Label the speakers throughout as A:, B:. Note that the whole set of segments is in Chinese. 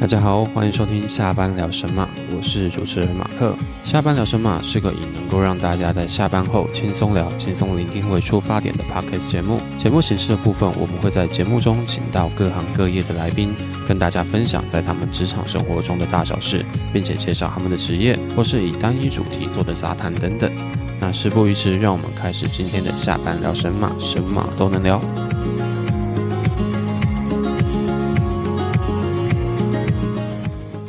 A: 大家好，欢迎收听下班聊神马，我是主持人马克。下班聊神马是个以能够让大家在下班后轻松聊、轻松聆听为出发点的 podcast 节目。节目形式的部分，我们会在节目中请到各行各业的来宾，跟大家分享在他们职场生活中的大小事，并且介绍他们的职业，或是以单一主题做的杂谈等等。那事不宜迟，让我们开始今天的下班聊神马，神马都能聊。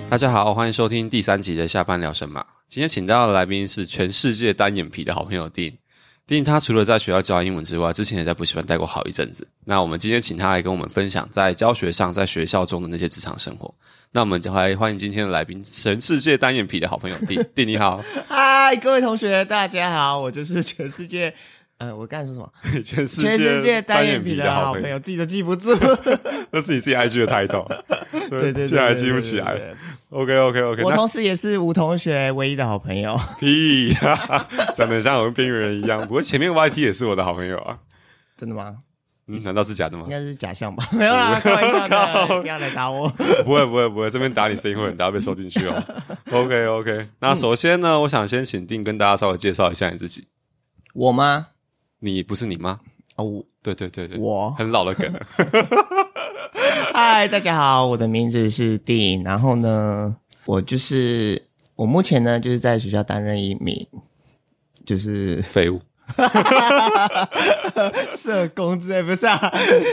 A: 大家好，欢迎收听第三集的下班聊神马。今天请到的来宾是全世界单眼皮的好朋友丁。丁他除了在学校教英文之外，之前也在补习班待过好一阵子。那我们今天请他来跟我们分享在教学上、在学校中的那些职场生活。那我们就来欢迎今天的来宾，全世界单眼皮的好朋友丁。丁你好，
B: 嗨，各位同学，大家好，我就是全世界，呃，我刚才说什么？
A: 全世
B: 全世界单眼皮
A: 皮
B: 的好
A: 好
B: 朋
A: 朋 友，
B: 友，自己都记不住。
A: 那是你自己 IG 的 title，对
B: 对对对，
A: 现在还
B: 对
A: 记不起。
B: 对对
A: 来。
B: 对
A: OK OK OK，
B: 我
A: 那
B: 同时也是吴同学唯一的好朋友。
A: 屁，哈哈 讲的像我们边缘人一样。不过前面 YT 也是我的好朋友啊，
B: 真的吗？
A: 嗯，难道是假的 吗
B: 应？该是假象吧？没有啦，开玩笑
A: 靠
B: 的，不要来打我。
A: 不会不会不会，这边打你声音会很大，被收进去 哦。OK OK，那
B: 嗯
A: 首先呢，我想先请定跟大家稍微介绍一下你自己。
B: 我吗？
A: 你不是你吗？
B: 哦，我
A: 对对对对，
B: 我
A: 很老的 梗。
B: 嗨，大家好，我的名字是 Dean，然后呢，我就是我目前呢就是在学校担任一名就是
A: 废物，
B: 社工之类，不是 啊，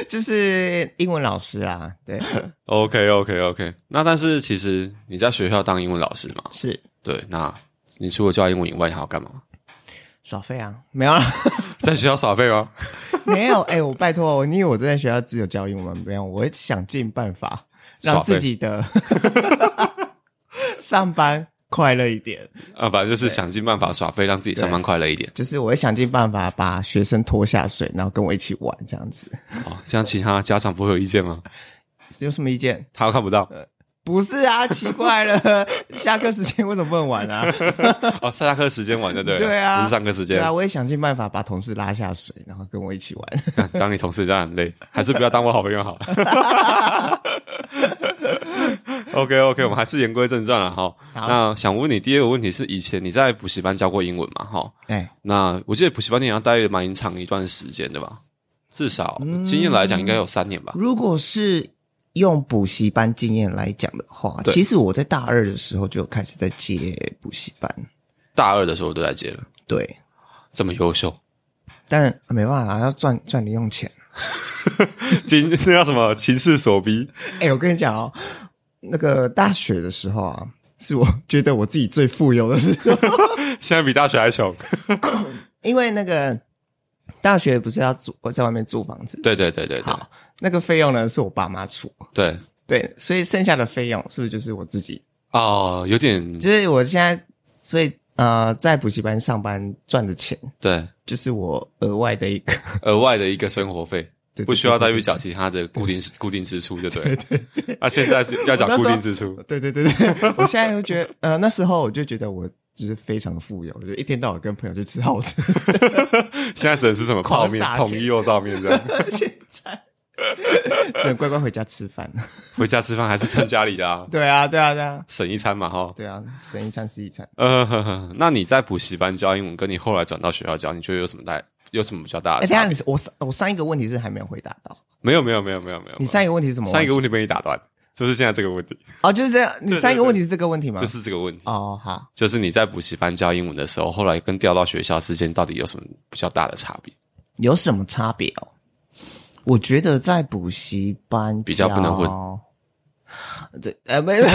B: 就是英文老师啊，对，
A: OK OK OK，那但是其实你在学校当英文老师嘛，
B: 是
A: 对，那你除了教英文以外，你还要干嘛？
B: 耍废啊，没有啦，
A: 在学校耍废吗？
B: 没有，哎、我拜托，你以为我在学校只有教英文吗？没有，我会想尽办法让
A: 耍废
B: 自己的 上班快乐一点，
A: 啊，反正就是想尽办法耍废，让自己上班快乐一点。
B: 就是我会想尽办法把学生拖下水，然后跟我一起玩这样子，
A: 哦，这样其他家长不会有意见吗？
B: 有什么意见？
A: 他看不到
B: 不是啊，奇 怪了，下课时间为什么不能玩啊？
A: 哦，下下课时间玩的对了，
B: 对啊，
A: 不是上课时间
B: 对。啊，我也想尽办法把同事拉下水，然后跟我一起玩。
A: 干当你同事这样很 累，还是不要当我好朋友好了。OK OK，我们还是言归正传了啊哈。
B: 好
A: 那想问你第二个问题是，以前你在补习班教过英文嘛？哈，
B: 哎、
A: 那我记得补习班你要待蛮长一段时间的吧？至少
B: 嗯
A: 经验来讲，应该有三年吧。
B: 如果是用补习班经验来讲的话，
A: 对
B: 其实我在大二的时候就开始在接补习班，
A: 大二的时候都在接了，
B: 对，
A: 这么优秀，
B: 但没办法，要赚赚零用钱。
A: 今 那叫什么情势所逼？
B: 哎、我跟你讲哦，那个大学的时候啊，是我觉得我自己最富有的时候，
A: 现在比大学还穷。
B: 因为那个大学不是要租我在外面租房子，
A: 对对对对对
B: 好，那个费用呢是我爸妈出，
A: 对，
B: 对，所以剩下的费用是不是就是我自己
A: 哦，有点
B: 就是我现在，所以呃，在补习班上班赚的钱，
A: 对
B: 就是我额外的一个，
A: 额外的一个生活费。
B: 对
A: 不需要再去缴其他的固定固定支出，就对。对对。啊，现在是要缴固定支出，
B: 对对对对，对我现在就觉得，呃，那时候我就觉得我就是非常的富有，我就一天到晚跟朋友去吃好吃。
A: 现在只能吃什么泡面
B: 狂撒，钱
A: 统一肉燥面这样。
B: 现在只能乖乖回家吃饭。
A: 回家吃饭还是蹭家里的啊，
B: 对啊，对啊，对啊，
A: 省一餐嘛哈。
B: 对啊，省一餐是一餐。
A: 呃，呵呵那你在补习班教英文，跟你后来转到学校教，你觉得有什么大有什么比较大
B: 哎、
A: 的
B: 等一
A: 差
B: 下
A: 别？
B: 你是我上我上一个问题是还没有回答到，
A: 没有没有没有没有没有。
B: 你上一个问题是什么？
A: 上一个问
B: 问
A: 题被你打断，就是现在这个问题，
B: 哦，就是这样，你
A: 对对
B: 上一个问题是这个问题吗？
A: 就是这个问题，
B: 哦，好，
A: 就是你在补习班教英文的时候，后来跟调到学校之间到底有什么比较大的差别？
B: 有什么差别哦？我觉得在补习班
A: 比较不能混
B: 混，对，呃，没 有，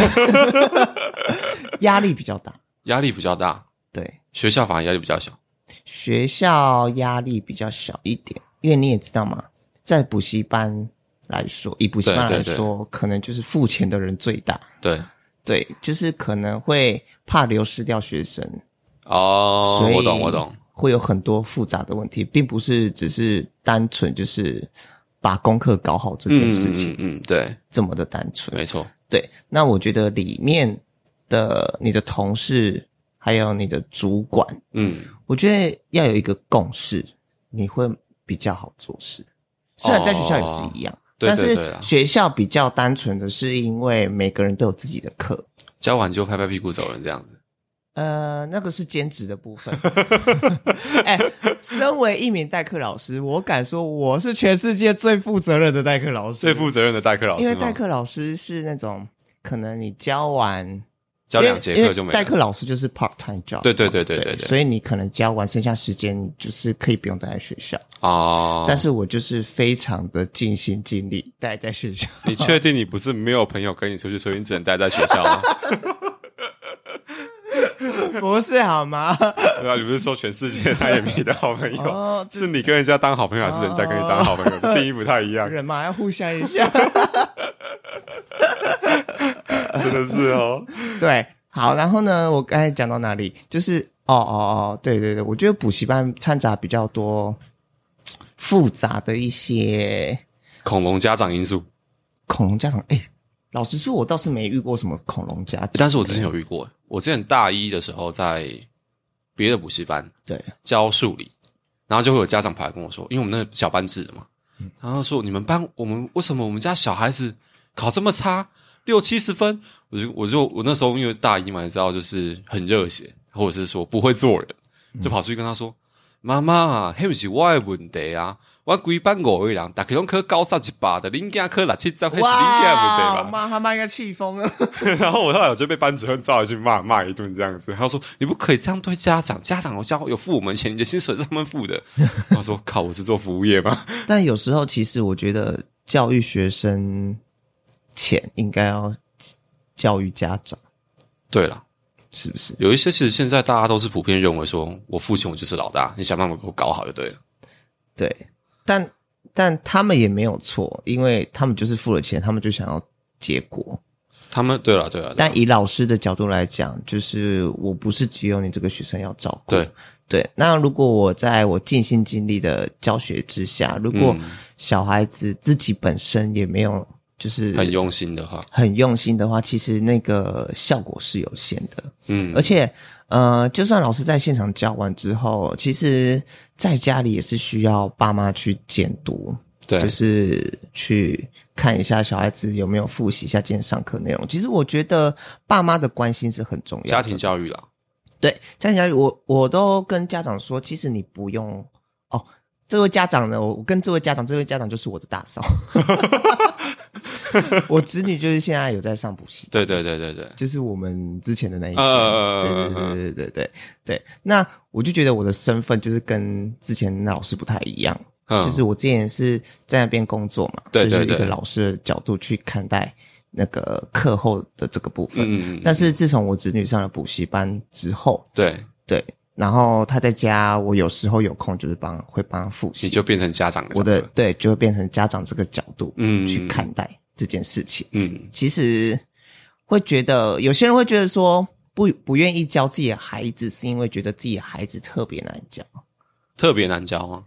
B: 压力比较大，
A: 压力比较大，
B: 对，
A: 学校反而压力比较小。
B: 学校压力比较小一点，因为你也知道嘛，在补习班来说，以补习班
A: 对对
B: 来
A: 对
B: 说，可能就是付钱的人最大，
A: 对，
B: 对，就是可能会怕流失掉学生，
A: 哦
B: 所，以
A: 我懂我懂。
B: 会有很多复杂的问题，并不是只是单纯就是把功课搞好这件事情、
A: 嗯嗯嗯，对，
B: 这么的单纯。
A: 没错，
B: 对，那我觉得里面的你的同事还有你的主管，
A: 嗯，
B: 我觉得要有一个共识，你会比较好做事。虽然在学校也是一样，
A: 哦对对对啊
B: 但
A: 啦
B: 是学校比较单纯的是，因为每个人都有自己的课，
A: 教完就拍拍屁股走人这样子。
B: 呃，那个是兼职的部分。 哎、身为一名代课老师，我敢说我是全世界最负责任的代课老师，
A: 最负责任的代课老
B: 因
A: 师
B: 为
A: 吗
B: 代？课老师是那种可能你教完
A: 教两节
B: 因为
A: 课就没
B: 代
A: 了。
B: 课老师就是 part time job，
A: 对对对对对
B: 对
A: 对
B: 所以你可能教完剩下时间，你就是可以不用待在学校。
A: 哦，
B: 但是我就是非常的尽心尽力待在学校。
A: 你确定你不是没有朋友跟你出去，所以你只能待在学校吗？
B: 不是好吗？
A: 对啊，你不是说全世界他也没你的好朋友，
B: 哦
A: 是你跟人家当好朋友，还是人家跟你当好朋友？定义不太一样，
B: 人嘛要互相一下。
A: 真的是哦。
B: 对，好，然后呢，我刚才讲到哪里？就是哦哦哦，对对对，我觉得补习班掺杂比较多复杂的一些
A: 恐龙家长因素，
B: 恐龙家长。哎，老实说，我倒是没遇过什么恐龙家长。
A: 但是我之前有遇过，我之前大一的时候在别的补习班，
B: 对
A: 教数理，然后就会有家长跑来跟我说，因为我们那个小班制的嘛，然后说你们班我们为什么我们家小孩子考这么差，六七十分？我就我就我那时候因为大一嘛，你知道就是很热血，或者是说不会做人，就跑出去跟他说：“妈妈，那不是我的问题啊，我规班五个人，大家拢考高三一百的，恁家考六七十，那是恁家的问题吧？”
B: 妈他妈应该气疯了。
A: 然后我后来我就被班主任抓回去骂骂一顿这样子。他说：“你不可以这样对家长，家长有交有付我们钱，你的薪水是他们付的。”他说：“靠，我是做服务业吗
B: 但有时候，其实我觉得教育学生前应该要教育家长，？”
A: 对了，
B: 是不是？
A: 有一些其实现在大家都是普遍认为说，我父亲我就是老大，你想办法给我搞好就对了。
B: 对，但但他们也没有错，因为他们就是付了钱，他们就想要结果。
A: 他们对了，对了，对
B: 但以老师的角度来讲，就是我不是只有你这个学生要照顾。
A: 对
B: 对，那如果我在我尽心尽力的教学之下，如果
A: 嗯
B: 小孩子自己本身也没有就是
A: 很用心的话，
B: 很用心的话，其实那个效果是有限的。
A: 嗯
B: 而且呃，就算老师在现场教完之后，其实在家里也是需要爸妈去监督，
A: 对，
B: 就是去看一下小孩子有没有复习一下今天上课内容。其实我觉得爸妈的关心是很重要的，
A: 家庭教育啦，
B: 对家庭教育，我我都跟家长说，其实你不用哦。这位家长呢，我我跟这位家长，这位家长就是我的 大嫂。我侄女就是现在有在上补习，
A: 对对对对对，
B: 就是我们之前的那一
A: 呃
B: 间，对对对对对对对。那我就觉得我的身份就是跟之前那老师不太一样，
A: 嗯，
B: 就是我之前是在那边工作嘛，
A: 对对
B: 就是一个
A: 对
B: 老师的角度去看待那个课后的这个部分。
A: 嗯嗯嗯，
B: 但是自从我侄女上了补习班之后，
A: 对，
B: 对，然后她在家，我有时候有空就是帮会帮她复
A: 你
B: 习，
A: 就变成家长的角
B: 我的
A: 色，
B: 对就会变成家长这个角度，
A: 嗯嗯
B: 去
A: 嗯
B: 看待这件事情。
A: 嗯，
B: 其实会觉得有些人会觉得说不不愿意教自己的孩子，是因为觉得自己的孩子特别难教，
A: 特别难教啊，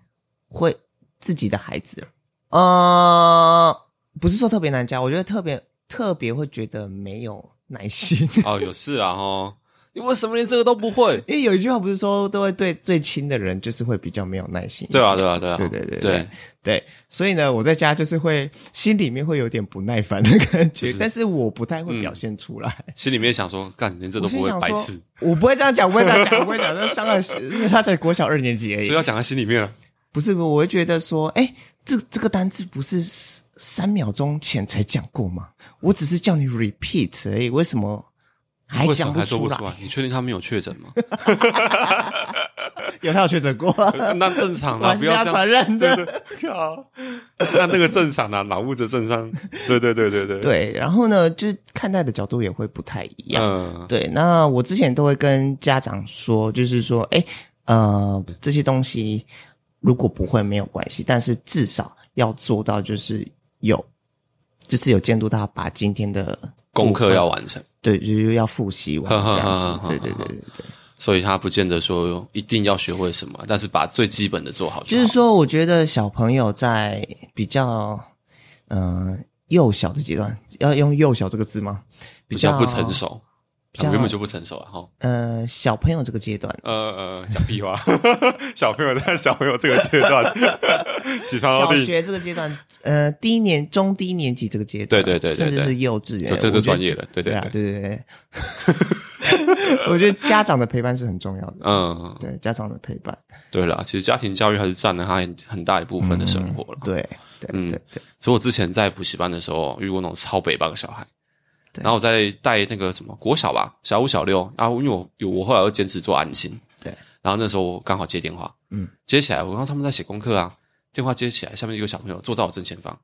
B: 会自己的孩子，呃，不是说特别难教，我觉得特别特别会觉得没有耐心。
A: 哦，有事啊哦，你为什么连这个都不会？
B: 因为有一句话不是说都会对最亲的人就是会比较没有耐心，
A: 对啊，对啊，对啊，
B: 对对对
A: 对，
B: 对，所以呢，我在家就是会心里面会有点不耐烦的感觉，
A: 是
B: 但是我不太会表现出来。
A: 心里面想说，干，连这
B: 我
A: 都不
B: 心
A: 会
B: 想，
A: 白
B: 说，
A: 痴，
B: 我不会这样讲，我不会这样讲，我不会讲，那伤了，因为他才国小二年级而
A: 所以
B: 已。
A: 要讲在心里面啊了。
B: 不是，我会觉得说，哎、这这个单字不是三三秒钟前才讲过吗？我只是叫你 repeat 而已，为什么还
A: 为什
B: 哎讲
A: 么还做
B: 出
A: 不
B: 来？
A: 出来？你确定他没有确诊 吗？
B: 有他有确诊过，
A: 那正常
B: 我
A: 啦，
B: 还
A: 不
B: 是
A: 要
B: 他
A: 这样
B: 传。染的。
A: 对对，靠，那那个正常啦，脑雾的正常。对对对对对，
B: 对，然后呢，就是看待的角度也会不太一样。
A: 嗯，
B: 对，那我之前都会跟家长说，就是说，哎，呃，这些东西如果不会没有关系，但是至少要做到就是有，就是有监督他把今天的
A: 功课要完成，
B: 对，就是要复习完这样子。对对对对对，
A: 所以他不见得说一定要学会什么，啊但是把最基本的做好
B: 就
A: 好
B: 是说，我觉得小朋友在比较嗯、呃幼小的阶段，要用幼小这个字吗？
A: 比
B: 较
A: 较不成熟。
B: 比较
A: 我根本就不成熟啊，哈。
B: 呃小朋友这个阶段，
A: 呃呃，讲屁话， 小朋友在小朋友这个阶段，起床到
B: 小
A: 地，
B: 学这个阶段，呃低年中低年级这个阶段，
A: 对对对对
B: 甚至
A: 对
B: 是幼稚园，
A: 这就
B: 我觉得
A: 专业了，对
B: 对
A: 对
B: 啊，
A: 对，
B: 对对 对。对我觉得家长的陪伴是很重要的，
A: 嗯，
B: 对家长的陪伴，
A: 对了，其实家庭教育还是占了他很很大一部分的生活了。
B: 对对
A: 嗯
B: 对对，
A: 所以我之前在补习班的时候遇过那种超北棒的小孩，
B: 对
A: 然后我在带那个什么国小吧，小五小六，然后因为我有我后来又坚持做安心，
B: 对，
A: 然后那时候我刚好接电话，
B: 嗯，
A: 接起来，我刚刚他们在写功课啊，电话接起来，下面一个小朋友坐在我正前方，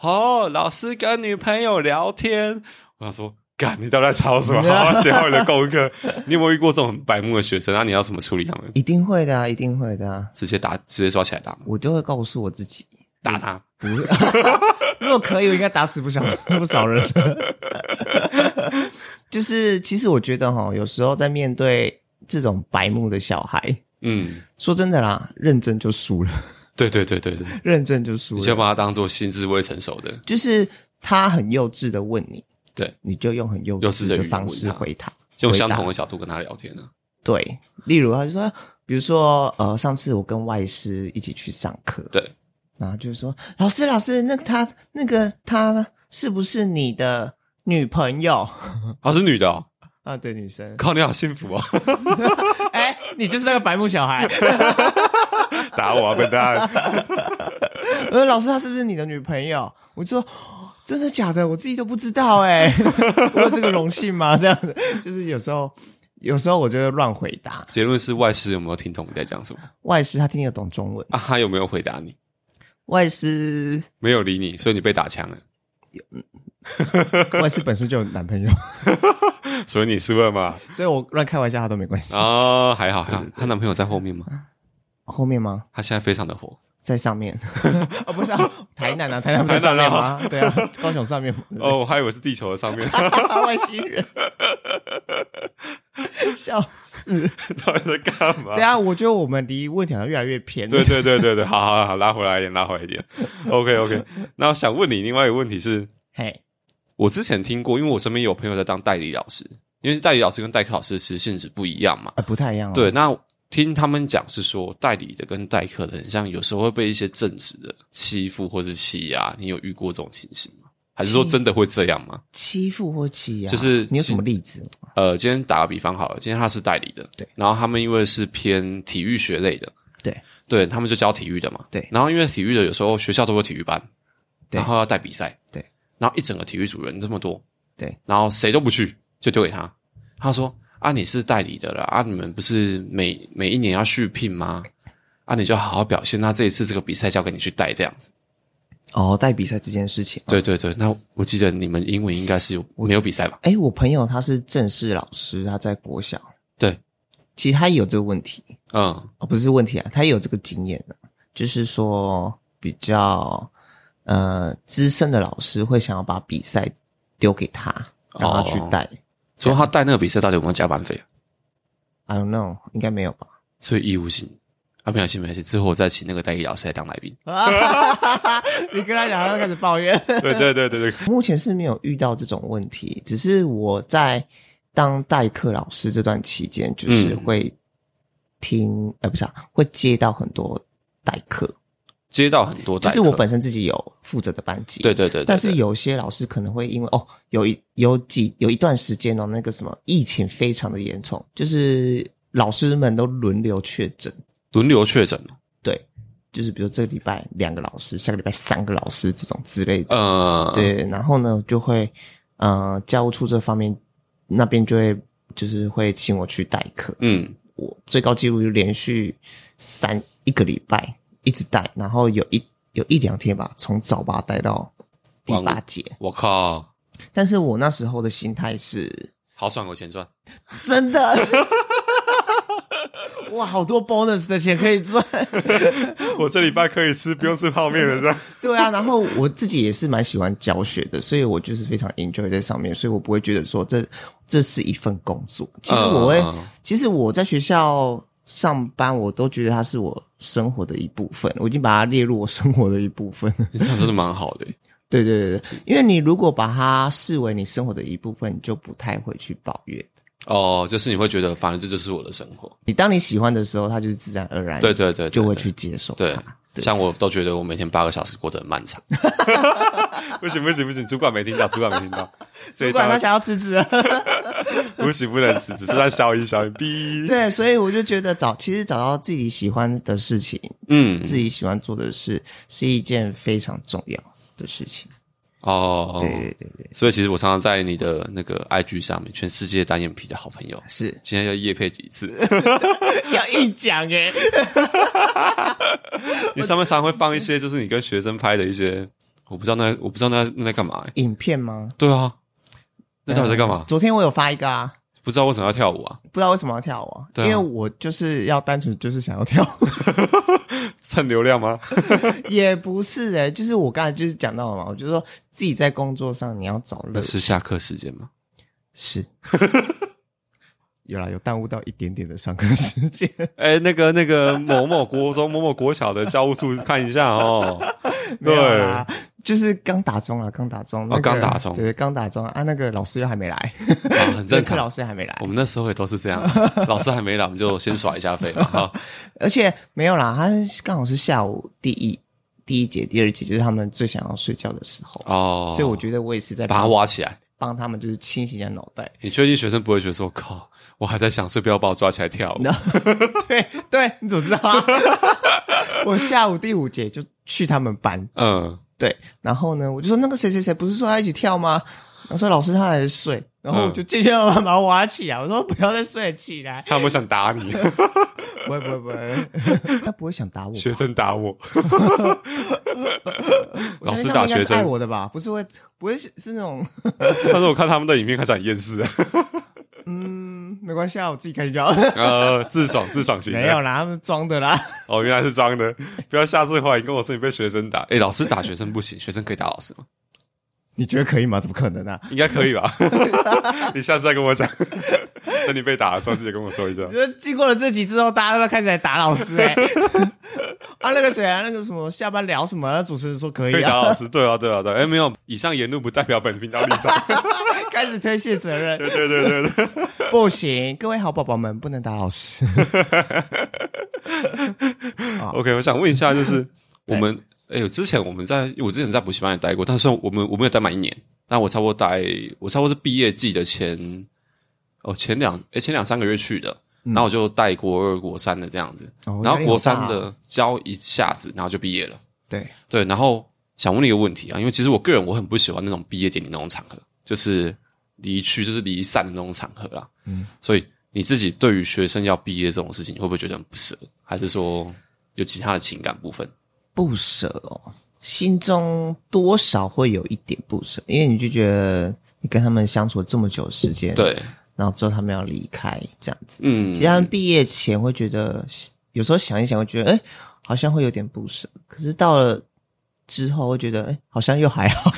A: 哦，老师跟女朋友聊天，我想说。干，你到底在吵 什么？好好写好你的功课。你有没有遇过这种很白目的学生？啊那、你要怎么处理他们？
B: 一定会的啊，一定会的啊，
A: 直接打，直接抓起来打吗？
B: 我就会告诉我自己，
A: 打他？
B: 不，如果可以，我应该打死不少 不少人。就是，其实我觉得哈，有时候在面对这种白目的小孩，
A: 嗯，
B: 说真的啦，认真就输了，
A: 对对对对对，
B: 认真就输
A: 你先
B: 了。
A: 把他当做心智未成熟的，
B: 就是他很幼稚的问你，
A: 对，
B: 你就用很幼
A: 幼稚
B: 稚
A: 的语
B: 的
A: 言
B: 方
A: 问
B: 式
A: 他
B: 回他，
A: 用
B: 回
A: 相
B: 答
A: 同的角度跟他聊天呢、
B: 对。例如，他就说，比如说，呃，上次我跟外师一起去上课，
A: 对，
B: 然后就说：“老师，老师，那个他，那个他是不是你的女朋友
A: 她、是女的、哦，
B: 啊？”对，女
A: 。
B: 生
A: 靠，你好幸福哦！
B: 哎、你就是那个白目小孩。
A: 打我啊，笨 蛋！
B: 我说：“呃老师，她是不是你的女朋友？”我就说：“真的假的？我自己都不知道哎、 我有这个荣幸吗？”这样子，就是有时候，有时候我就会乱回答。
A: 结论是外师有没有听懂你在讲什 么？
B: 外师他听得懂中文，
A: 啊，他有没有回答你？
B: 外师
A: 没有理你，所以你被打枪了。
B: 外师本身就有男朋友，
A: 所以你输了嘛？
B: 所以我乱开玩笑他都没关系。
A: 啊，还好还好。她男朋友在后面吗？
B: 后面吗？
A: 她现在非常的火。
B: 在上面 啊，不是啊，台南啊，台南不是
A: 台
B: 上
A: 南
B: 面
A: 啊
B: 吗？对啊，高雄上面哦，
A: 哦，我还以为是地球的上 面，
B: 外星人，笑
A: 啊
B: 死！
A: 到底在干嘛
B: 对？啊，我觉得我们离问题好像越来越偏。
A: 对对对对对，好好好，拉回来一点，拉回来一点。OK OK，那我想问你另外一个问题是，
B: 嘿，
A: 我之前听过，因为我身边有朋友在当代理老师，因为代理老师跟代课老师其实性质不一样嘛。
B: 呃，不太一样哦。
A: 对，那听他们讲是说，代理的跟代课的很像，有时候会被一些正职的欺负或是欺压。你有遇过这种情形吗？还是说真的会这样吗？
B: 欺负或欺压，
A: 就是
B: 你有什么例子吗？
A: 呃，今天打个比方好了，今天他是代理的，
B: 啊对，
A: 然后他们因为是偏体育学类的，
B: 对，
A: 对他们就教体育的嘛，
B: 对
A: 然后因为体育的有时候学校都有体育班，
B: 对
A: 然后要带比赛，
B: 对，
A: 然后一整个体育组人这么多，
B: 对，
A: 然后谁都不去，就丢给他。他说：“啊，你是代理的了啊，你们不是每每一年要续聘吗？啊，你就好好表现。那这一次这个比赛交给你去带，这样子。
B: 哦，带比赛这件事情。，
A: 对对对，那我记得你们英文应该是有没有比赛吧？
B: 哎，我朋友他是正式老师，他在国小，
A: 对，
B: 其实他也有这个问题，
A: 嗯，
B: 哦，不是问题啊，他也有这个经验的，就是说比较呃资深的老师会想要把比赛丢给他，让他
A: 哦
B: 去带。
A: 所以他带那个比赛到底有没有加班费啊？
B: I don't know，应该没有吧？
A: 所以义务性啊，没关系没关系，之后我再请那个代理老师来当来 宾。
B: 你跟他讲，他就开始抱怨。
A: 对对对对对，
B: 目前是没有遇到这种问题，只是我在当代课老师这段期间，就是
A: 嗯
B: 会听，呃，不是、啊，会接到很多代课，
A: 接到很多
B: 就
A: 代课，
B: 是我本身自己有负责的班级，
A: 对对对对对
B: 但是有些老师可能会因为哦，有一有几有一段时间哦，那个什么疫情非常的严重，就是老师们都轮流确诊，
A: 轮流确诊，
B: 对，就是比如这个礼拜两个老师，下个礼拜三个老师这种之类的，
A: 呃，，
B: 对，然后呢就会呃教务处这方面那边就会就是会请我去代课，
A: 嗯，
B: 我最高纪录就连续三一个礼拜一直带，然后有一有一两天吧，从早八带到第
A: 晚
B: 八节。
A: 我靠，
B: 但是我那时候的心态是
A: 好爽有钱 赚。
B: 真的， 哇，好多 bonus 的钱可以赚。
A: 我这礼拜可以吃不用吃泡面了，这样。
B: 对啊，然后我自己也是蛮喜欢教学的，所以我就是非常 enjoy 在上面，所以我不会觉得说这这是一份工作。其实我会，
A: 嗯嗯嗯
B: 其实我在学校上班，我都觉得它是我生活的一部分，我已经把它列入我生活的一部分。
A: 你这样真的蛮好的欸，
B: 对对对对，因为你如果把它视为你生活的一部分，你就不太会去抱怨。
A: 哦，就是你会觉得，反正这就是我的生活。
B: 你当你喜欢的时候，它就是自然而然，
A: 对对对对
B: 就会
A: 对
B: 去接受它。
A: 对，像我都觉得我每天八个小时过得很漫 长。不行不行不行，主管没听到，主管没听 到，所以
B: 主管
A: 他
B: 他想要辞职了，
A: 不行不能辞职，是在消音消音。 哔，
B: 对，所以我就觉得找其实找到自己喜欢的事情，
A: 嗯，
B: 自己喜欢做的事，是一件非常重要的事情。
A: 哦，
B: 对对对对，
A: 所以其实我常常在你的那个 IG 上面，全世界单眼皮的好朋友，
B: 是
A: 今天要夜配几 次？
B: 要硬讲哎、
A: 你上面常常会放一些，就是你跟学生拍的一些，我不知道那我不知道那那在干嘛、欸？
B: 影片吗？
A: 对啊，那到底在干嘛？
B: 昨天我有发一个啊，
A: 不知道为什么要跳舞啊？
B: 不知道为什么要跳舞、啊，
A: 对啊
B: 因为我就是要单纯就是想要跳舞，
A: 蹭流量吗？
B: 也不是哎、就是我刚才就是讲到了嘛，我就说自己在工作上你要找乐
A: 那是下课时间吗？
B: 是，有啦，有耽误到一点点的上课时间。
A: 哎、那个那个某某国中、某某国小的教务处看一下哦。
B: 没有啦，就是刚打钟了，刚打钟。那个
A: 哦刚打钟
B: 对，刚打钟啊，那个老师又还没来，
A: 啊很正
B: 任课
A: 常。哦
B: 老师还没来
A: 我，们那时候也都是这 样，老师还没来，我们就先耍一下飞嘛。 哈
B: 而且没有啦，他刚好是下午第一第一节、第二节，就是他们最想要睡觉的时候，
A: 哦，
B: 所以我觉得我也是在
A: 把他
B: 帮
A: 挖起来。
B: 帮他们，就是清醒一下脑袋。
A: 你确定学生不会觉得说靠，我还在想睡，不要把我抓起来 跳舞？
B: 对对，你怎么知道、啊？ 我下午第五节就去他们班，
A: 嗯，
B: 对，然后呢，我就说那个谁谁谁不是说要一起跳吗？然后说老师他还在睡，然后我就继续把他挖起来，我说不要再睡起来，
A: 他有没有想打 你？
B: 不会不会不会， 他不会想打我吧。
A: 学生打 我，老
B: 我相
A: 师
B: 信
A: 打
B: 他们应该
A: 学
B: 是爱
A: 生。
B: 我的吧？不是会不会是是那种
A: 但是我看他们的影片开始很厌世，
B: 嗯没关系啊，我自己开心就好。
A: 呃，自爽自爽型的。
B: 没有啦，他们装的啦。
A: 哦，原来是脏的，不要下次怀疑跟我说你被学生打。哎、老师打学生不行，学生可以打老师吗？
B: 你觉得可以吗？怎么可能啊？
A: 应该可以 吧？ 你下次再跟我讲， 等你被打的时候记得跟我说一下
B: 我。觉得经过了这集之后，大家都开始来打老师哎、 啊，那个谁啊，那个什么下班聊什么？那主持人说 可
A: 可
B: 以
A: 以打
B: 啊，
A: 老师，对啊，对啊，对啊。哎、没有，以上言论不代表本频道立 场。
B: 开始推卸责任。
A: 对对对对对，
B: 不行，各位好宝宝们不能打 老师。
A: OK，我想问一下，就是我们，哎、之前我们在，我之前在补习班也待过，但是我们我没有待满一年，但我差不多待，我差不多是毕业季的前，哦，前两，哎、前两三个月去的，然后我就带国二、国三的这样子，
B: 嗯哦
A: 然后国三
B: 压力好大
A: 的教一下子，然后就毕业了。
B: 对，
A: 对，然后想问你一个问题啊，因为其实我个人我很不喜欢那种毕业典礼那种场合，就是离去就是离散的那种场合啦。嗯，所以你自己对于学生要毕业这种事情，你会不会觉得很不舍？还是说有其他的情感部分？
B: 不舍哦，心中多少会有一点不舍，因为你就觉得你跟他们相处了这么久的时间，，
A: 对，
B: 然后之后他们要离开这样子，
A: 嗯
B: 其，实他们毕业前会觉得，有时候想一想会觉得，哎，好像会有点不舍，可是到了之后会觉得，哎，好像又还好。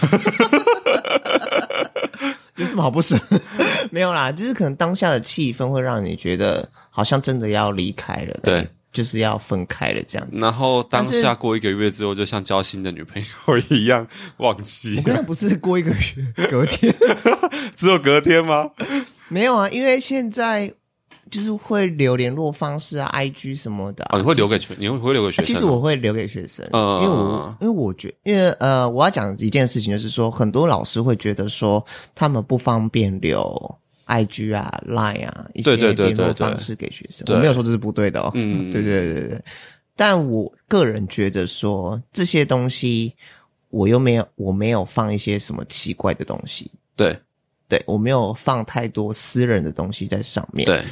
B: 有什么好不舍？ 没有啦，就是可能当下的气氛会让你觉得好像真的要离开了，
A: 对，
B: 就是要分开了这样子。
A: 然后当
B: 但
A: 下
B: 是
A: 过一个月之后，就像交新的女朋友一样忘记，
B: 根本不是过一个月，隔天
A: 只有隔天吗？
B: 没有啊，因为现在就是会留联络方式啊、IG 什么的、啊
A: 哦，你会留给学，你会会留给学生
B: 啊其
A: 吗？
B: 实我会留给学生，
A: 嗯
B: 因为我因为我觉因为呃，我要讲一件事情，就是说很多老师会觉得说他们不方便留 IG 啊、Line 啊一
A: 对
B: 些
A: 对对
B: 联络
A: 对对
B: 方式给学生，
A: 对
B: 我没有说这是不对的哦，
A: 嗯
B: 对对对对对。但我个人觉得说这些东西，我又没有我没有放一些什么奇怪的东西，
A: 对
B: 对我没有放太多私人的东西在上面，
A: 对，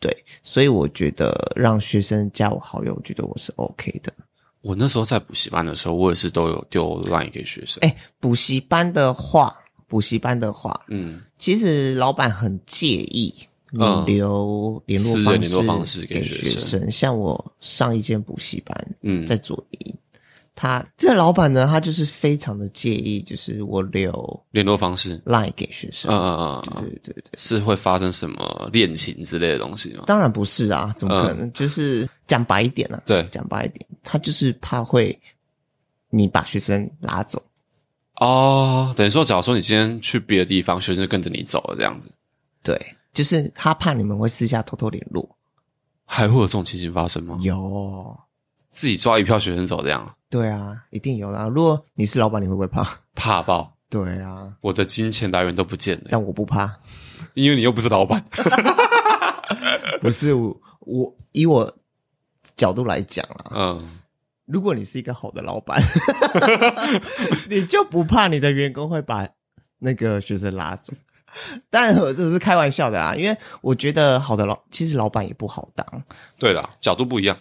B: 对，所以我觉得让学生加我好友，我觉得我是 OK 的。
A: 我那时候在补习班的时候，我也是都有丢 line 给学生。
B: 哎，补习班的话，补习班的话，
A: 嗯，
B: 其实老板很介意你
A: 嗯
B: 留联络
A: 私人
B: 方式、
A: 联络方式给
B: 给
A: 学
B: 学生。像我上一间补习班，
A: 嗯
B: 在左营，他这个老板呢，他就是非常的介意，就是我留
A: 联络方式，
B: line 给学生。
A: 嗯嗯嗯嗯，
B: 对对对，
A: 是会发生什么恋情之类的东西吗？
B: 当然不是啊，怎么可能？就是讲白一点啊，
A: 对，
B: 讲白一点，他就是怕会你把学生拉走。
A: 哦，等于说，假如说你今天去别的地方，学生就跟着你走了，这样子。
B: 对，就是他怕你们会私下偷偷联络。
A: 还会有这种情形发生吗？
B: 有，
A: 自己抓一票学生走这样，
B: 对啊，一定有啦。如果你是老板，你会不会怕？
A: 怕爆！
B: 对啊，
A: 我的金钱来源都不见了，
B: 但我不怕。
A: 因为你又不是老 板。
B: 不是我，我以我角度来讲啊，
A: 嗯，
B: 如果你是一个好的老板， 你就不怕你的员工会把那个学生拉走。但我这是开玩笑的啦，因为我觉得好的老，其实老板也不好当。
A: 对啦，角度不一样，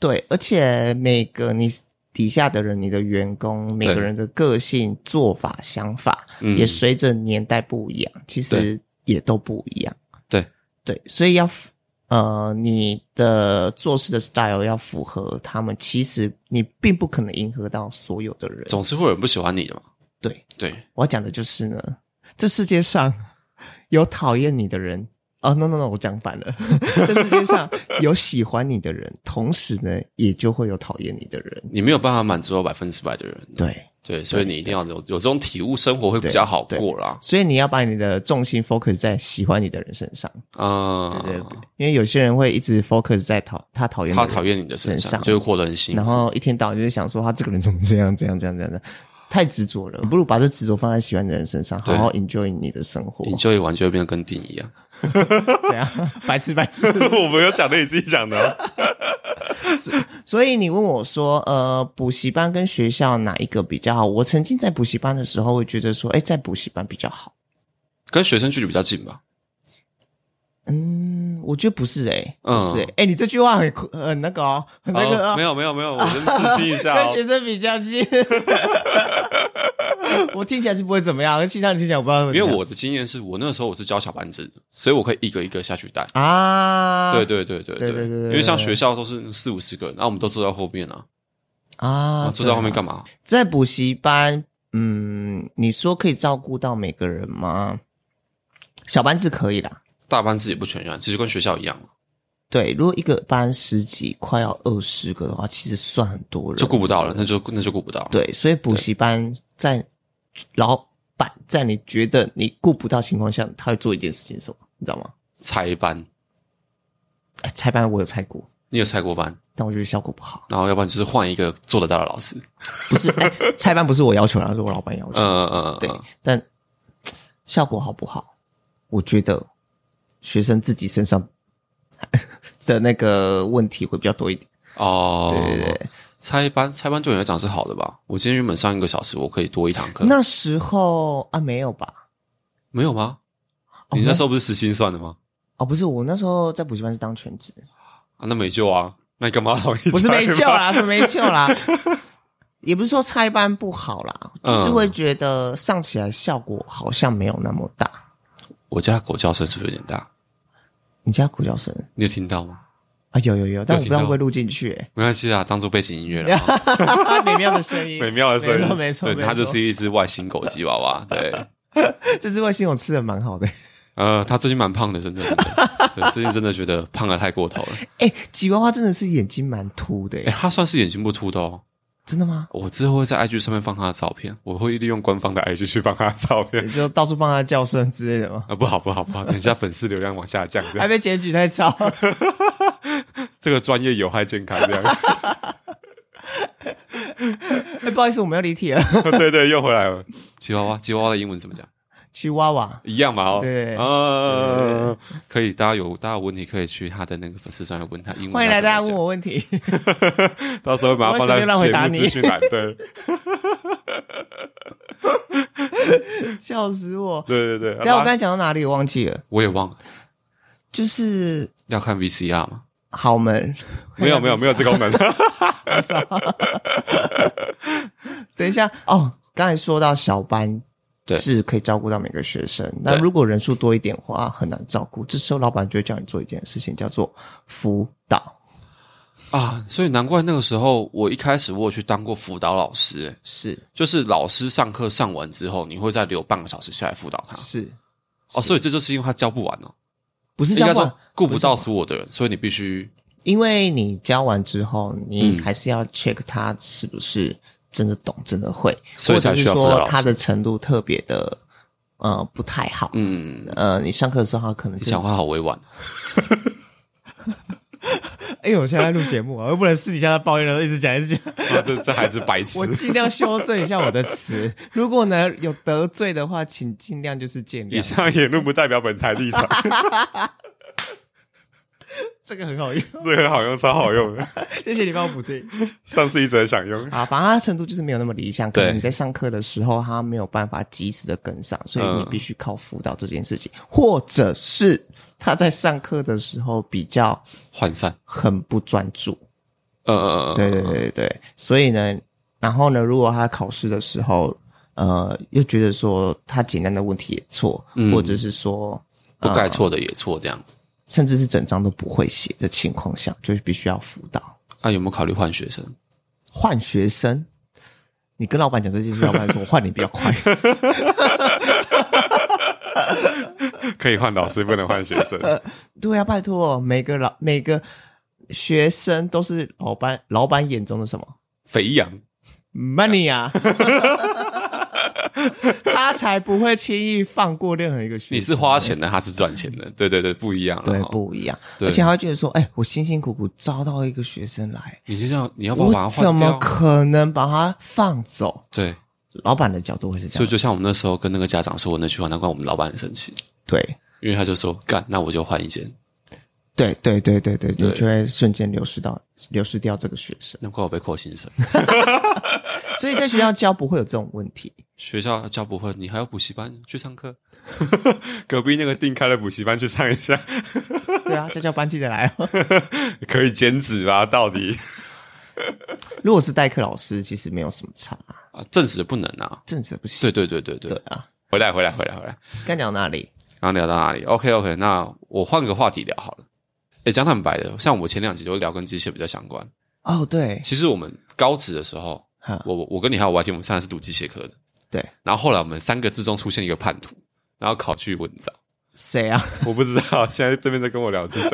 B: 对，而且每个你底下的人，你的员工，每个人的个性、做法、想法，
A: 嗯
B: 也随着年代不一样，其实也都不一样。
A: 对
B: 对，所以要符呃，你的做事的 style 要符合他们。其实你并不可能迎合到所有的人。
A: 总是会有人不喜欢你的嘛。
B: 对，
A: 对，
B: 我要讲的就是呢，这世界上有讨厌你的人。哦、n o no no，我讲反了。 这世界上有喜欢你的人，同时呢，也就会有讨厌你的人。
A: 你没有办法满足到百分之百的人，
B: 对，
A: 对，所以你一定要有有这种体悟，生活会比较好
B: 对
A: 过啦。
B: 所以你要把你的重心 focus 在喜欢你的人身上，
A: 啊，
B: 对不对？因为有些人会一直 focus 在讨他讨厌的
A: 他
B: 人
A: 讨厌你的身
B: 身
A: 上，就会活得很辛
B: 然
A: 苦。
B: 后一天到晚就是想说他这个人怎么这样这样这样这样这样，太执着了，不如把这执着放在喜欢的人身上，
A: 嗯对
B: 好好 enjoy 你的生活
A: 你。就会完就会变得跟定一样。
B: 对啊， 白痴白 痴。
A: 我没有讲的，你自己讲的、哦
B: 所以你问我说，呃，补习班跟学校哪一个比较好？我曾经在补习班的时候会觉得说，哎，在补习班比较好。
A: 跟学生距离比较近吧？
B: 嗯，我觉得不是哎、
A: 嗯
B: 不是哎、哎、你这句话很很那个哦，很那个、哦
A: 哦没有没有没有，我先自清一下、
B: 跟学
A: 哦。
B: 生比较近。我听起来是不会怎么样，其他人听起来我不知道会
A: 因
B: 怎
A: 为
B: 么样。
A: 我的经验是我那时候我是教小班制的，所以我可以一个一个下去带。
B: 我啊，
A: 对对对对
B: 对对对对对
A: 因为像学校都是四五十个人，那我们都坐在后面啊，
B: 啊
A: 啊，坐在后面
B: 对啊
A: 干嘛？
B: 在补习班，嗯，你说可以照顾到每个人吗？小班制可以啦，
A: 大班制也不全然，其实跟学校一样啊嘛，
B: 对，如果一个班十几，快要二十个的话，其实算很多人，
A: 就顾不到了，那就那就顾不到。，
B: 对，所以补习班在老板在你觉得你顾不到情况下，他会做一件事情是什么？你知道吗？
A: 拆班，
B: 哎拆班我有拆过，
A: 你有拆过班，
B: 但我觉得效果不好。
A: 然后要不然就是换一个做得到的老师。
B: 不是，哎、拆班不是我要求啦，是我老板要求。
A: 嗯嗯嗯，嗯
B: 对，但嘖效果好不好，我觉得学生自己身上的那个问题会比较多一点。
A: 哦，
B: 对对对，
A: 拆班拆班对你来讲是好的吧？我今天原本上一个小时，我可以多一堂课，
B: 那时候啊，没有吧？
A: 没有吗？你那时候
B: 候
A: 不是时薪算的吗？
B: 哦，不是，我那时候在补习班是当 全职，
A: 啊，那没救啊，那你干嘛好意思？
B: 不是没救，啊啦，是没救啦。 也不是说拆班不好啦，就是
A: 嗯
B: 会觉得上起来效果好像没有那么大。
A: 我家狗叫声是不是有点大？
B: 你家鼓叫声
A: 你有听到吗？
B: 啊，有有有，但我不知
A: 有听
B: 道
A: 到
B: 会不会录进去、 欸。
A: 没关系啊，当做背景音乐 啦。
B: 美妙的声音，
A: 美妙的声音，
B: 没错没错，
A: 对，
B: 没错
A: 它就是一只外星狗吉娃娃，对，
B: 这只外星我吃的蛮好的。
A: 呃，它最近蛮胖的，真的，真的对，最近真的觉得胖的太过头了。
B: 哎，吉娃娃真的是眼睛蛮凸的
A: 哎，
B: 耶，
A: 它算是眼睛不凸的哦。
B: 真的吗？
A: 我之后会在 IG 上面放它的照片，我会利用官方的 IG 去放它的照片
B: 你。就到处放它叫声之类的吗？
A: 啊，不好不好不好，等一下粉丝流量往下降，这
B: 还
A: 样
B: 被检举太吵，
A: 这个专业有害健康，这样。
B: 哎，不好意思，我们要离题了。
A: 对对，又回来了。吉娃娃，吉娃娃的英文怎么讲？
B: 吉娃娃，
A: 一样嘛哦。
B: 对
A: 啊，可以，大家有大家有问题可以去他的那个粉丝专页问他英文。
B: 欢迎来大家
A: 怎
B: 问
A: 么
B: 我问题。
A: 讲，到时候把它放
B: 我会随便乱回答
A: 在节目
B: 你
A: 资讯栏。对
B: 笑死我！
A: 对对对，
B: 等一下我
A: 啊
B: 刚才讲到哪里我忘记了，
A: 我也忘了
B: 就是
A: 要看 VCR 嘛。
B: 好门
A: 没有没有没有这个功能。
B: 等一下哦，刚才说到小班。
A: 对
B: 是可以照顾到每个学生。那
A: 对
B: 如果人数多一点的话，很难照顾。这时候老板就会叫你做一件事情，叫做辅导。
A: 啊，所以难怪那个时候我一开始我有去当过辅导老师、欸
B: 是
A: 就是老师上课上完之后，你会再留半个小时下来辅导他。
B: 是，
A: 哦，所以这就是因为他教不完哦，
B: 不是
A: 应
B: 教
A: 该
B: 官
A: 说，顾不到所有的人，所以你必须
B: 因为你教完之后，你
A: 嗯
B: 还是要 check 他是不是真的懂、真的会，
A: 所以才
B: 或者是
A: 需要辅导老
B: 说
A: 师
B: 他的程度特别的呃不太好，
A: 嗯，
B: 呃，你上课的时候他可能
A: 你
B: 就
A: 讲话好委 婉，
B: 哎、我现在在录节目啊，我又不能私底下在抱怨了，一直讲一直讲。
A: 啊 这这还是白痴
B: 我尽量修正一下我的词，如果呢有得罪的话，请尽量就是见
A: 以
B: 谅。
A: 上言论不代表本台立 场，
B: 这个很好用，
A: 这个好用，超好用的，
B: 谢谢你帮我补这一句。
A: 上次一直很想用。
B: 啊，反正他程度就是没有那么理想，可
A: 对
B: 能你在上课的时候他没有办法及时的跟上，所以你
A: 嗯
B: 必须靠辅导这件事情，或者是他在上课的时候比较
A: 涣散，
B: 很不专注。
A: 嗯嗯嗯，
B: 对对对对对，所以呢，然后呢，如果他考试的时候，呃，又觉得说他简单的问题也错，
A: 嗯
B: 或者是说
A: 不该错的也错，这样子。
B: 甚至是整张都不会写的情况下，就是必须要辅导
A: 那啊有没有考虑换学生？
B: 换学生。你跟老板讲这件事，老板说我换你比较快。
C: 可以换老师，不能换学生。
B: 对啊，拜托，每个老每个学生都是老板老板眼中的什么
A: 肥羊，
B: money 啊， 他才不会轻易放过任何一个学生。
A: 你是花钱的，他是赚钱的，嗯对对对，不一样了
B: 对
A: 哦，
B: 不一样，
A: 对
B: 而且他会觉得说，哎、我辛辛苦苦招到一个学生来，
A: 你就像你要不要把它
B: 我
A: 换
B: 怎么
A: 掉啊
B: 可能把他放走？
A: 对，
B: 老板的角度会是这
A: 所以
B: 样，
A: 就像我们那时候跟那个家长说的那句话，难怪我们老板很生气，
B: 对
A: 因为他就说干，那我就换一间，
B: 对对对对对，
A: 对
B: 你就会瞬间流失到流失掉这个学生，
A: 难怪我被扣薪水。
B: 所以在学校教不会有这种问题。
A: 学校教不会，你还有补习班去上课，
C: 隔壁那个定开了补习班去上一 下，
B: 对啊，再叫班级的来哦。
C: 可以兼职吧？到底
B: 如果是代课老师，其实没有什么差、啊，
A: 啊，证实不能啊。
B: 政治不行。
A: 对对对对对，
B: 啊，
A: 回来回来回来回来，
B: 刚讲到哪里？
A: 然后聊到哪里？OK OK，那我换个话题聊好了。诶，讲坦白的，像我前两集都聊跟机械比较相关。
B: 哦，对，
A: 其实我们高职的时候，
B: 哈，
A: 我我跟你还有 YT，我们上来是读机械科的，
B: 对，
A: 然后后来我们三个之中出现一个叛徒，然后考去文藻，
B: 谁啊？
C: 我不知道。现在这边在跟我聊是 谁？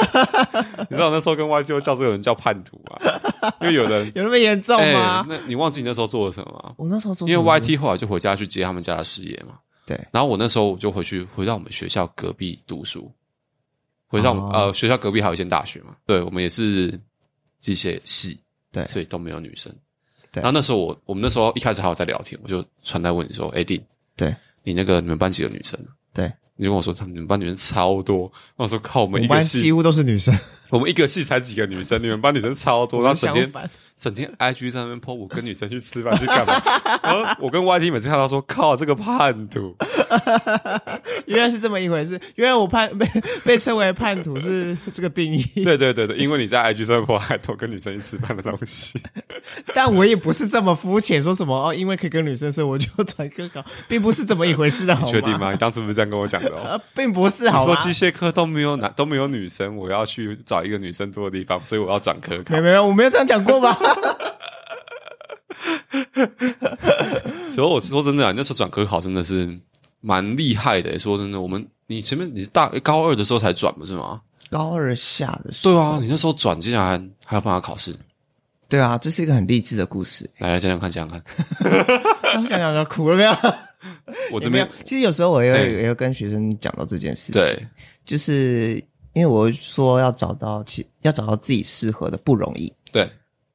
C: 你知道我那时候跟 YTO 叫这个人叫叛徒吗？因为有 人
B: 有那么严重吗？
A: 哎那你忘记你那时候做了什么吗？
B: 我那时候做
A: 哎因为
B: 什么
A: YT 后来就回家去接他们家的事业嘛，
B: 对
A: 然后我那时候我就回去回到我们学校隔壁读书，回到我们、
B: 哦
A: 呃学校隔壁还有一间大学嘛，对我们也是机械系，
B: 对
A: 所以都没有女生。
B: 对
A: 然后那时候我我们那时候一开始还有在聊天，我就传来问你说，哎、弟，
B: 对
A: 你那个你们班几个女生啊？
B: 对，
A: 你就跟我说，他们你们班女生超多。那我说靠，我
B: 我
A: 们一
B: 们
A: 个
B: 班
A: 系
B: 几乎都是女生，
A: 我们一个系才几个女生，你们班女生超多，然后整
B: 相
A: 天
B: 反。
A: 整天 IG 在那边 po 我跟女生去吃饭去干嘛， 然后我跟 YT 每次看到说靠这个叛徒，
B: 原来是这么一回事，原来我叛 被被称为叛徒是这个定义，
C: 对对对对，因为你在 IG 上 po 还偷跟女生去吃饭的东西，
B: 但我也不是这么肤浅，说什么哦，因为可以跟女生，所以我就传科稿， 并不是这么一回事的， 好
C: 确定？吗？你当初不是这样跟我讲的哦？
B: 呃，并不是，
C: 你
B: 好
C: 说
B: 吗？
C: 机械科都没有男都没有女生，我要去找一个女生多的地方，所以我要转科考
B: 没。没没，我没有这样讲过吧？
A: 所以我说真的、啊，那时候转科考真的是蛮厉害的、欸说真的，我们你前面你大高二的时候才转不是吗？
B: 高二下的时
A: 对
B: 候，
A: 啊，你那时候转竟然还还有办法考试，
B: 对啊，这是一个很励志的故事。
A: 来来讲讲看，讲 讲看。
B: 我想想都哭了没有？
A: 我
B: 有
A: 这
B: 没
A: 边
B: 有？其实有时候我也会、
A: 哎
B: 也会跟学生讲到这件事情，，
A: 对
B: 就是因为我会说要找到其要找到自己适合的不容易，
A: 对，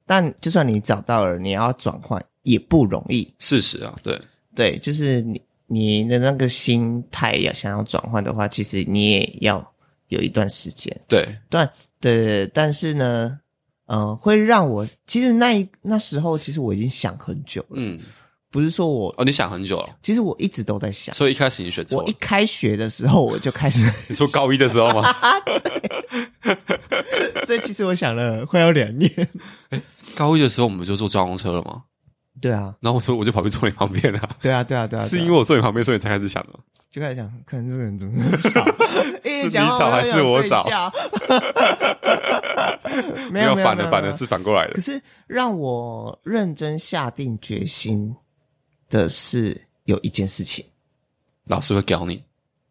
B: 但就算你找到了，你要转换也不容易。
A: 事实啊，对
B: 对，就是你你的那个心态要想要转换的话，其实你也要有一段时间。
A: 对，
B: 但对，但是呢，呃，会让我其实那一那时候，其实我已经想很久了，
A: 嗯，
B: 不是说我，
A: 哦，你想很久了，
B: 其实我一直都在想。
A: 所以一开始你选错
B: 我一
A: 了，
B: 开学的时候我就开始，
C: 你说高一的时候吗？
B: 所以其实我想了快要两年。
A: 高一的时候我们就坐交通车了嘛，
B: 对啊，
A: 然后我说我就跑去坐你旁边啊，
B: 对啊，对啊，对啊，
C: 是
B: 对啊
C: 因为我坐你旁边，所以你才开始想的吗。
B: 就开始想，看这个人怎么那么吵，哎是
C: 是你吵还是我吵？
B: 没有，没有
C: 反的
B: 没有
C: 反
B: 没有
C: 的是反过来的
B: 可。是让我认真下定决心的是有一件事情，
A: 老师会教你。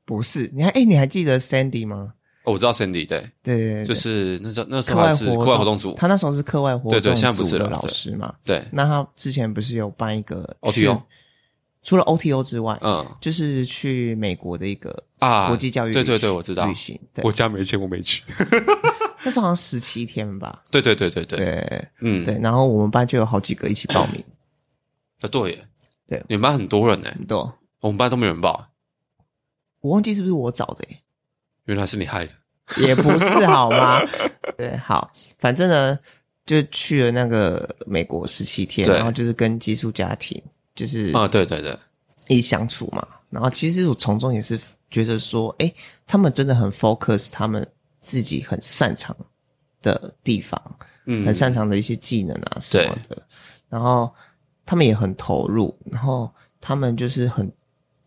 B: 不是？你还哎、你还记得 Sandy 吗？
A: 哦，我知道 Sandy 对，
B: 对对对，
A: 就是那时候那时
B: 课
A: 候还
B: 外
A: 是
B: 活
A: 课外活动组，
B: 他那时候是课外活动
A: 对对现在不
B: 组
A: 是
B: 的
A: 了
B: 老
A: 对
B: 师嘛。
A: 对
B: 那他之前不是有办一个
A: OTO
B: 训除了 OTO 之外，
A: 嗯
B: 就是去美国的一个
A: 啊，
B: 国际教育旅行、
A: 对对对，我知道
B: 旅。行，对
A: 我，家没钱，我没去。
B: 那时候好像十七天吧，
A: 对对对对对，
B: 对
A: 嗯，
B: 对，然后我们班就有好几个一起报名，
A: 啊对耶，
B: 对
A: 你们班很多人呢，
B: 很多，
A: 我们班都没有人报，
B: 我忘记是不是我找的、欸，
A: 原来是你害的。
B: 也不是好 吗？对，好，反正呢，就去了那个美国十七天，
A: 对
B: 然后就是跟寄宿家庭就是
A: 啊，对对对，
B: 一起相处嘛。然后其实我从中也是觉得说，哎，他们真的很 focus 他们自己很擅长的地方，
A: 嗯，
B: 很擅长的一些技能啊什么的。然后他们也很投入，然后他们就是很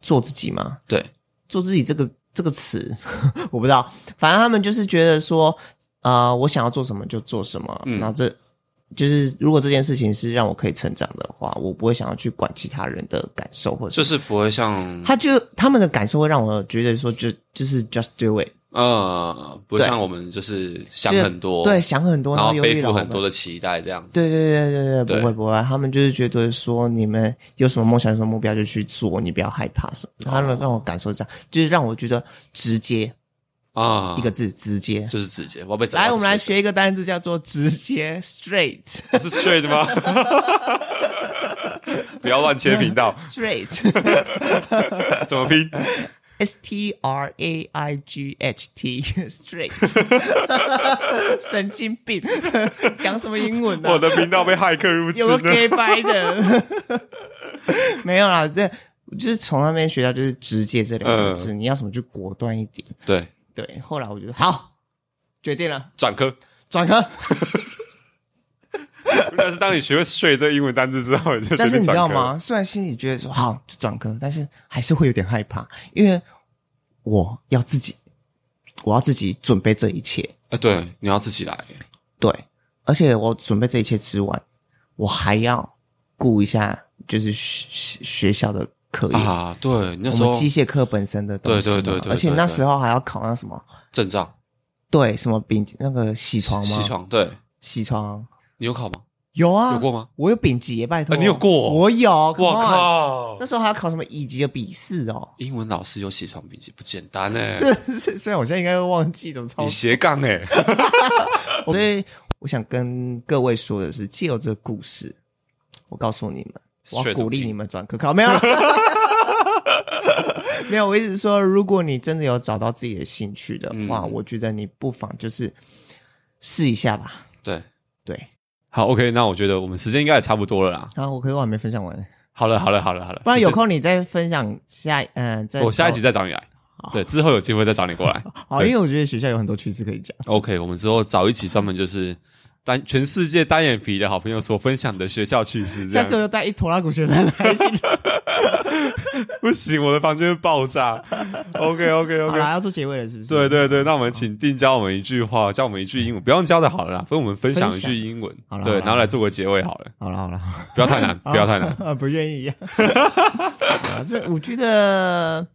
B: 做自己嘛，
A: 对，
B: 做自己这个这个词， 我不知道，反正他们就是觉得说，呃，我想要做什么就做什么，
A: 嗯
B: 然后这就是如果这件事情是让我可以成长的话，我不会想要去管其他人的感受或者
A: 就是是不会像
B: 他就他们的感受会让我觉得说就就是 just do it，
A: 呃，不
B: 对
A: 像我们就是想
B: 就是
A: 很多，
B: 对，想很多，
A: 然后
B: 忧
A: 背
B: 郁
A: 负
B: 了
A: 很多。的期待这样子。
B: 对对对对对，
A: 对
B: 不会不会，他们就是觉得说你们有什么梦想、有什么目标就去做，你不要害怕什
A: 哦
B: 么。他们让我感受这样，就是让我觉得直接
A: 啊，
B: 一个字，直接。
A: 就是直接，我要被找到
B: 来，我们来
A: 直接
B: 学一个单字，叫做直接 （straight
A: 是 straight 吗？不要乱切频道，
B: straight
A: 怎么 拼？
B: s t r a i g h t straight）。神经病，讲什么英文呢、啊
A: 我的频道被骇客入侵
B: 有个
A: 了。
B: gay 掰的， 没有啦，这就是从那边学到就是直接这两个
A: 嗯
B: 字，你要什么就果断一点。
A: 对，
B: 对，后来我觉得好，决定了，
A: 转科。
B: 转科。
A: 但是当你学会 straight 这个英文单字之后，你就决
B: 但是
A: 定
B: 你知
A: 转
B: 道
A: 科。
B: 吗？虽然心里觉得说好就转科，但是还是会有点害怕，因为我要自己，我要自己准备这一切。
A: 啊，对，你要自己来。
B: 对，而且我准备这一切之外，我还要顾一下就是学学学校的课业，
A: 啊，对，你那
B: 我
A: 时候
B: 们机械课本身的东西嘛。
A: 对对对对对
B: 而且那时候还要考那什么，
A: 证照、
B: 对，什么丙那个洗床吗？
A: 西床，对
B: 洗床
A: 你有考吗？
B: 有啊，
A: 有过吗？
B: 我有丙级，拜托、
A: 啊你有啊过
B: 我有，
A: 我
B: come on！
A: 靠
B: 那！时候还要考什么乙级的笔试哦。
A: 英文老师有起床笔记，不简单哎、
B: 这 是虽然我现在应该会忘记怎么操
A: 你
B: 作，
A: 斜杠哎、
B: 所以我想跟各位说的是，借由这个故事，我告诉你们，我要鼓励你们转科考，没有啦， 没有。我一直说，如果你真的有找到自己的兴趣的话，
A: 嗯
B: 我觉得你不妨就是试一下吧。
A: 对，
B: 对，
A: 好 OK，那我觉得我们时间应该也差不多了啦。
B: 然后我可以我还没分享完，
A: 好了，好了，好了，好了，
B: 不然有
A: 时间
B: 空你再分享下，嗯、再
A: 我下一集再找你来。对，之后有机会再找你过 来。
B: 好，
A: 对
B: 因为我觉得学校有很多趣事可以讲。
A: OK，我们之后找一起专门就是单全世界单眼皮的好朋友所分享的学校趣事，这
B: 下次我
A: 样
B: 就带一坨拉古学生来一起。
A: 不行，我的房间会爆 炸。OK OK
B: 好
A: OK，
B: 啦，要做结尾了，是不是？
A: 对对对，那我们请定教我们一句话，教我们一句英文，不用教的好了啦，跟我们分享一句
B: 分
A: 英文
B: 好，啦
A: 对，
B: 好啦
A: 然后来做个结尾好了，
B: 好了好了好了，
A: 不要太难，不要太难。
B: 啊， 不愿意啊。啊这我觉得，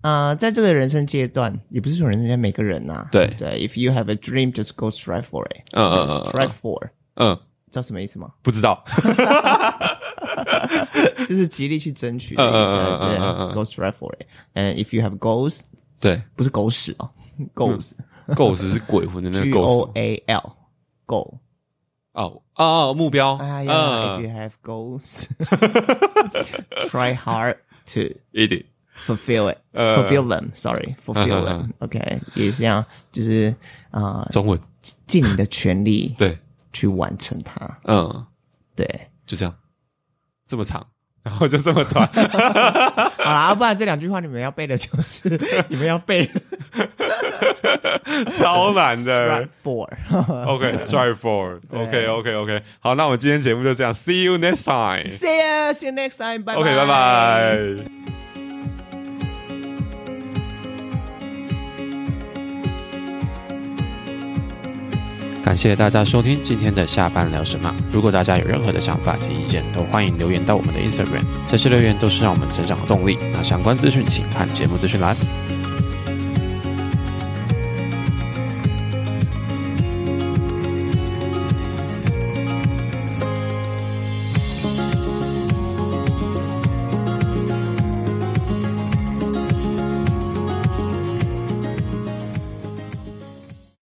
B: 呃，在这个人生阶段，也不是说人生阶段每个人呐、
A: 对
B: 对，If you have a dream, just go strive for it.
A: 嗯嗯嗯嗯
B: strive for，
A: 嗯，
B: 知道什么意思吗？
A: 不知道。
B: 就是极力去争取的意思啊。
A: 嗯嗯嗯
B: 对
A: 嗯嗯嗯
B: ，go strive for it. And if you have goals，
A: 对
B: 不是狗屎哦，goals，G
A: ，Ghost 是鬼魂的那个 Ghost
B: O A L。goal
A: 哦哦，目标，
B: 哎呀、i f
A: 嗯
B: you，have goals, try hard to
A: 一点
B: fulfill it,
A: 呃
B: fulfill them. Sorry, fulfill
A: 嗯嗯
B: them. OK，也是这样，就是啊，呃
A: 中文，
B: 尽、你的全力
A: 对，
B: 去完成它。
A: 嗯，
B: 对，
A: 就这样，这么长，然后就这么 短，
B: 好啦，不然这两句话你们要背的就是 你们要背
A: 超难
B: right
A: 的。
B: for。
A: OK，strive for。OK，OK，OK。好，那我们今天节目就这样，See you next time。
B: See you, see you next time. Bye.
A: OK，拜拜。
D: 感谢大家收听今天的下班聊什么。如果大家有任何的想法及意见，都欢迎留言到我们的 Instagram，这些留言都是让我们成长的动力。那相关资讯请看节目资讯栏。